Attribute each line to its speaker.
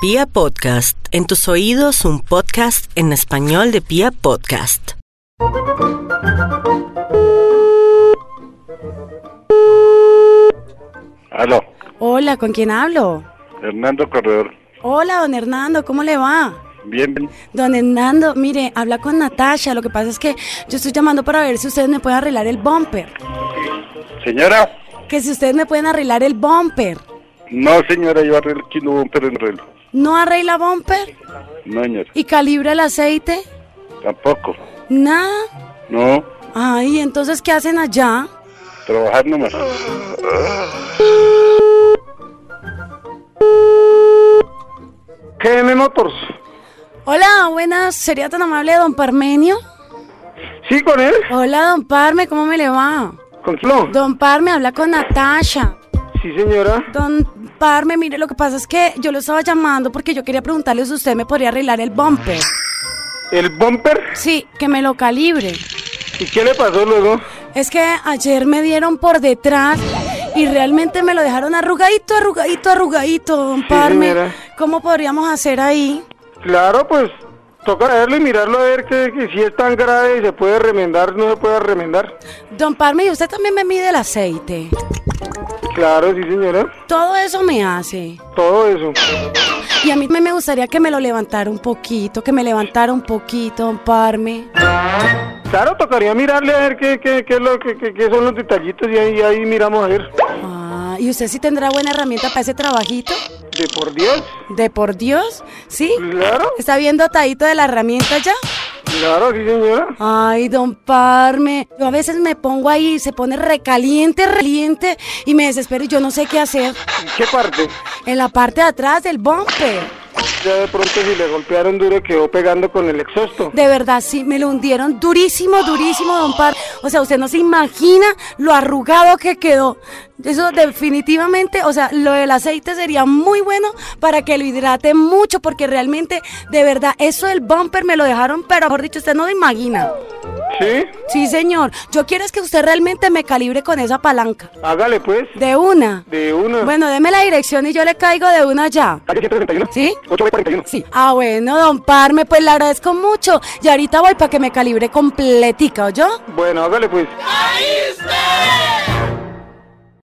Speaker 1: Pia Podcast, en tus oídos un podcast en español de Pia Podcast.
Speaker 2: Aló,
Speaker 3: Hola, ¿con quién hablo?
Speaker 2: Hernando Corredor.
Speaker 3: Hola, don Hernando, ¿cómo le va?
Speaker 2: Bien, bien.
Speaker 3: Don Hernando, mire, habla con Natasha, lo que pasa es que yo estoy llamando para ver si ustedes me pueden arreglar el bumper.
Speaker 2: Señora,
Speaker 3: Que si ustedes me pueden arreglar el bumper.
Speaker 2: no señora, yo arreglo aquí no bumper en reloj.
Speaker 3: ¿No arregla bumper?
Speaker 2: No señora,
Speaker 3: ¿Y calibra el aceite?
Speaker 2: tampoco.
Speaker 3: Nada.
Speaker 2: No,
Speaker 3: Ay, entonces, ¿qué hacen allá?
Speaker 2: trabajar nomás.
Speaker 4: GM Motors.
Speaker 3: Hola, buenas, ¿sería tan amable don Parmenio?
Speaker 4: Sí, con él.
Speaker 3: Hola, don Parme, ¿cómo me le va?
Speaker 4: ¿Con quién?
Speaker 3: Don Parme, habla con Natasha.
Speaker 4: Sí, señora.
Speaker 3: Don Parme, mire, lo que pasa es que yo lo estaba llamando porque yo quería preguntarle si usted me podría arreglar el bumper.
Speaker 4: ¿El bumper?
Speaker 3: Sí, que me lo calibre.
Speaker 4: ¿Y qué le pasó luego?
Speaker 3: Es que ayer me dieron por detrás y realmente me lo dejaron arrugadito, arrugadito, arrugadito, don Parme.
Speaker 4: señora.
Speaker 3: ¿Cómo podríamos hacer ahí?
Speaker 4: Claro, pues toca verlo y mirarlo a ver que, que si es tan grave y se puede remendar, no se puede remendar.
Speaker 3: Don Parme, y usted también me mide el aceite.
Speaker 4: Claro, sí, señora.
Speaker 3: Todo eso me hace.
Speaker 4: Todo eso.
Speaker 3: Y a mí me me gustaría que me lo levantara un poquito, que me levantara un poquito, don Parme.
Speaker 4: Claro, tocaría mirarle a ver qué, qué, qué es lo, qué, qué- qué son los detallitos y ahí, ahí miramos a ver.
Speaker 3: Ah, ¿y usted sí tendrá buena herramienta para ese trabajito?
Speaker 4: ¿De por 10?
Speaker 3: ¿De por Dios? ¿Sí?
Speaker 4: Claro,
Speaker 3: ¿Está bien dotadito de la herramienta ya?
Speaker 4: claro, sí, señora.
Speaker 3: Ay, don Parme, yo a veces me pongo ahí, se pone recaliente, recaliente y me desespero y yo no sé qué hacer.
Speaker 4: ¿Y ¿Qué parte?
Speaker 3: En la parte de atrás del bumper.
Speaker 4: Ya de pronto si le golpearon duro quedó pegando con el exhausto.
Speaker 3: De verdad, sí, me lo hundieron durísimo, durísimo, don Parme. O sea, usted no se imagina lo arrugado que quedó. Eso definitivamente, o sea, lo del aceite sería muy bueno para que lo hidrate mucho, porque realmente, de verdad, eso del bumper me lo dejaron, pero mejor dicho, usted no lo imagina.
Speaker 4: ¿Sí?
Speaker 3: Sí, señor. Yo quiero es que usted realmente me calibre con esa palanca.
Speaker 4: Hágale pues.
Speaker 3: De una.
Speaker 4: De una.
Speaker 3: Bueno, deme la dirección y yo le caigo de una ya.
Speaker 4: Calle 161.
Speaker 3: ¿Sí?
Speaker 4: 841.
Speaker 3: Sí. Ah, bueno, don Parme, pues le agradezco mucho. Y ahorita voy para que me calibre completica, ¿oyó?
Speaker 4: Bueno, hágale pues.